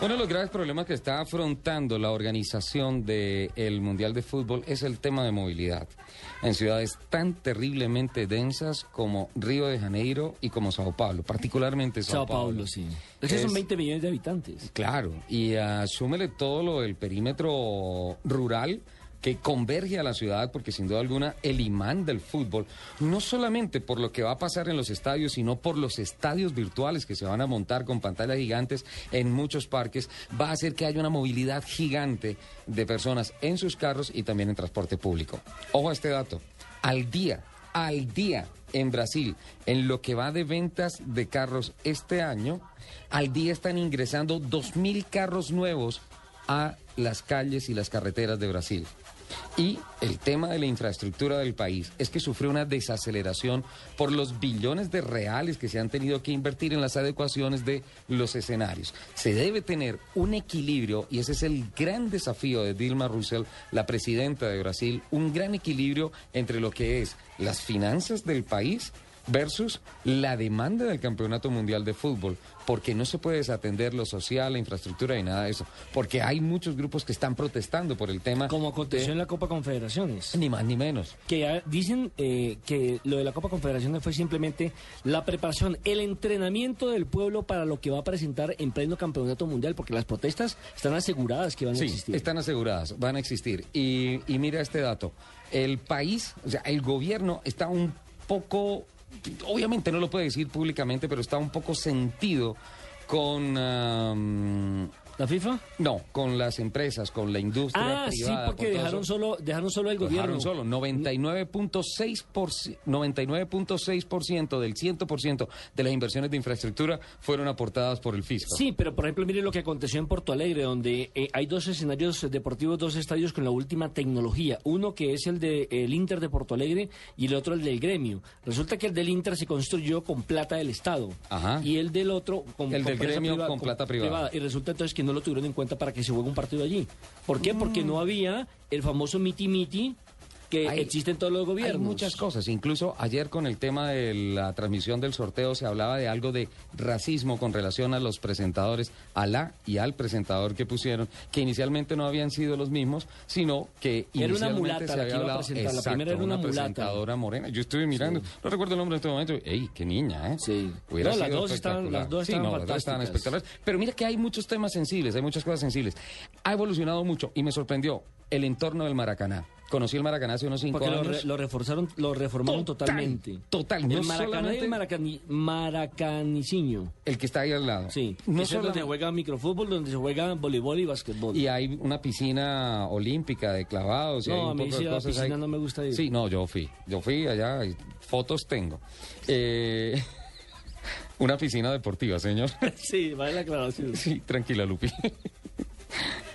Uno de los graves problemas que está afrontando la organización del Mundial de Fútbol es el tema de movilidad en ciudades tan terriblemente densas como Río de Janeiro y como Sao Paulo, particularmente Sao, Sao Paulo. sí. Es que Es- son 20 millones de habitantes. Claro, y asúmele todo lo del perímetro rural que converge a la ciudad, porque sin duda alguna el imán del fútbol, no solamente por lo que va a pasar en los estadios, sino por los estadios virtuales que se van a montar con pantallas gigantes en muchos parques, va a hacer que haya una movilidad gigante de personas en sus carros y también en transporte público. Ojo a este dato, al día al día en Brasil, en lo que va de ventas de carros este año, al día están ingresando 2.000 carros nuevos a las calles y las carreteras de Brasil. Y el tema de la infraestructura del país es que sufrió una desaceleración por los billones de reales que se han tenido que invertir en las adecuaciones de los escenarios. Se debe tener un equilibrio, y ese es el gran desafío de Dilma Rousseff, la presidenta de Brasil, un gran equilibrio entre lo que es las finanzas del país versus la demanda del Campeonato Mundial de Fútbol, porque no se puede desatender lo social, la infraestructura y nada de eso, porque hay muchos grupos que están protestando por el tema. Como de- aconteció en la Copa Confederaciones. ni más ni menos. Que ya dicen eh, que lo de la Copa Confederaciones fue simplemente la preparación, el entrenamiento del pueblo para lo que va a presentar en pleno campeonato mundial, porque las protestas están aseguradas que van a Sí, existir. están aseguradas, van a existir. Y, y mira este dato. El país, o sea, el gobierno está un poco, obviamente no lo puede decir públicamente, pero está un poco sentido con... am, ¿La FIFA? no, con las empresas, con la industria Ah, sí, privada. porque con todo dejaron eso. solo, dejaron solo el Lo gobierno. dejaron solo, 99.6% 99.6% del 100% de las inversiones de infraestructura fueron aportadas por el fisco. Sí, pero por ejemplo, mire lo que aconteció en Porto Alegre, donde eh, hay dos escenarios deportivos, dos estadios con la última tecnología. Uno que es el del Inter de Porto Alegre y el otro el del Gremio. Resulta que el del Inter se construyó con plata del Estado. Ajá. Y el del otro con, El con del presa Gremio con plata privada. Y resulta entonces que no lo tuvieron en cuenta para que se juegue un partido allí. ¿Por qué? Porque no había el famoso miti-miti que Hay- existe en todos los gobiernos. Hay muchas cosas. Incluso ayer con el tema de la transmisión del sorteo se hablaba de algo de racismo con relación a los presentadores, a la y al presentador que pusieron, que inicialmente no habían sido los mismos, sino que Era una inicialmente mulata se la que había iba a hablado presentar. La Exacto, primera era una mulata. presentadora morena. Yo estuve mirando, no recuerdo el nombre en este momento. ¡Ey, qué niña, eh! Sí. Hubiera No, las sido dos estaban- espectacular. las dos Sí, estaban no, las dos estaban fantásticas. espectaculares. Pero mira que hay muchos temas sensibles, hay muchas cosas sensibles. Ha evolucionado mucho y me sorprendió el entorno del Maracaná. Conocí el Maracaná hace unos cinco Porque lo, años. re- lo reforzaron, lo reformaron Total, totalmente. total, no El Maracaná y solamente- el Maracani- Maracaniciño. El que está ahí al lado. No Sí. Ese es donde solamente- se juega microfútbol, donde se juega voleibol y basquetbol. Y hay una piscina olímpica de clavados. y No, hay un a mí poco sí de a la cosas piscina ahí. no me gusta ir. Sí, no, yo fui. Yo fui allá, y fotos tengo. Eh, una piscina deportiva, señor. sí, vale la aclaración. Sí, tranquila, Lupi.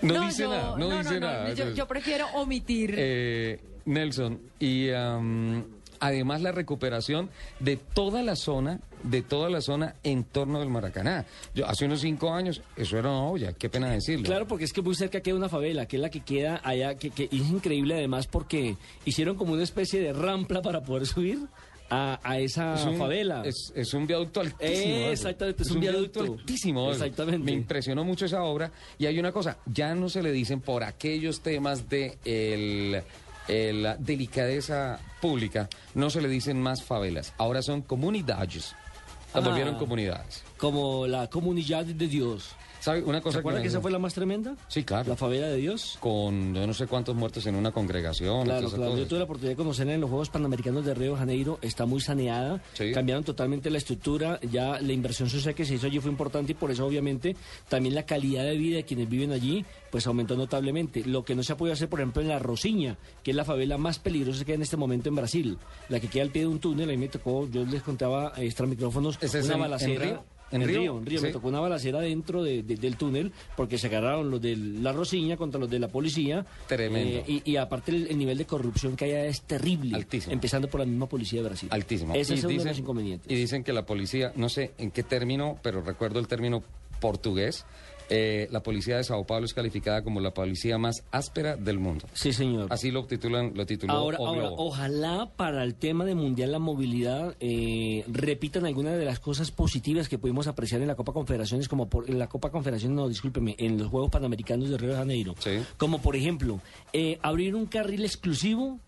No, dice yo- nada, no, dice nada. yo, yo prefiero omitir. Eh, Nelson, y am, además la recuperación de toda la zona, de toda la zona en torno del Maracaná. Yo, hace unos cinco años, eso era una olla, qué pena decirlo. Claro, porque es que muy cerca queda una favela, que es la que queda allá, que, que es increíble además porque hicieron como una especie de rampla para poder subir a, a esa Es un, favela. Es, es un viaducto altísimo. Eh, eso. exactamente, es un viaducto. altísimo. eso. Exactamente. Me impresionó mucho esa obra. Y hay una cosa, ya no se le dicen por aquellos temas de el- el- la delicadeza pública, no se le dicen más favelas. Ahora son comunidades. Las Ah. volvieron comunidades. Como la comunidad de Dios. ¿Sabe? Una cosa ¿Se acuerdan me- que esa fue la más tremenda? Sí, claro. La favela de Dios. Con yo no sé cuántos muertos en una congregación. todas Claro, esas claro. Yo cosas. tuve la oportunidad de conocerla en los Juegos Panamericanos de Río de Janeiro. Está muy saneada. Sí. Cambiaron totalmente la estructura. Ya la inversión social que se hizo allí fue importante y por eso, obviamente, también la calidad de vida de quienes viven allí pues aumentó notablemente. Lo que no se ha podido hacer, por ejemplo, en La Rosiña, que es la favela más peligrosa que hay en este momento en Brasil. La que queda al pie de un túnel. Ahí me tocó, yo les contaba eh, extra micrófonos, Ese es una en- en balacera. Río. En, Río, en Río. sí. Me tocó una balacera dentro de- de- del túnel porque se agarraron los de la Rosiña contra los de la policía. Tremendo. Eh, y, y aparte el, el nivel de corrupción que hay allá es terrible. Altísimo. Empezando por la misma policía de Brasil. Altísimo. Ese Y es uno de dicen- los inconvenientes. Y dicen que la policía, no sé en qué término, pero recuerdo el término portugués, eh, la policía de Sao Paulo es calificada como la policía más áspera del mundo. Sí, señor. Así lo titulan, lo tituló Ahora, O ahora, Globo. ojalá para el tema de Mundial la Movilidad eh, repitan algunas de las cosas positivas que pudimos apreciar en la Copa Confederaciones, como por, en la Copa Confederaciones, no, discúlpeme, en los Juegos Panamericanos de Río de Janeiro. Sí. Como por ejemplo, eh, abrir un carril exclusivo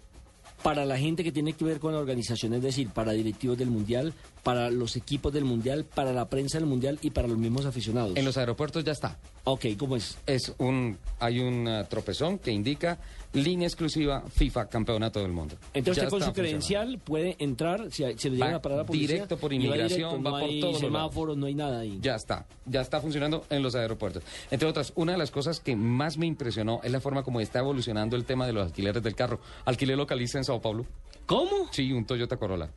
para la gente que tiene que ver con la organización, es decir, para directivos del Mundial, para los equipos del Mundial, para la prensa del Mundial y para los mismos aficionados. En los aeropuertos ya está. Ok, ¿cómo es? Es un, hay un eh, tropezón que indica línea exclusiva FIFA Campeonato del Mundo. Entonces Ya usted con está su credencial puede entrar, si, hay- si le llegan Va a parar a la policía. directo por y va inmigración, directo, va no por hay todos los lados. semáforos, no hay nada ahí. Ya está, ya está funcionando en los aeropuertos. Entre otras, una de las cosas que más me impresionó es la forma como está evolucionando el tema de los alquileres del carro. Alquiler localiza en Sao Paulo. ¿Cómo? Sí, un Toyota Corolla.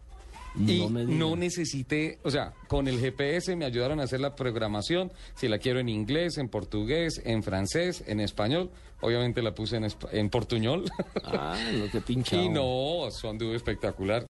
No y me diga. no necesité, o sea, con el GPS me ayudaron a hacer la programación, si la quiero en inglés, en portugués, en francés, en español, obviamente la puse en, espa- en portuñol. Ah, no, qué pinchado. y no, son de espectacular.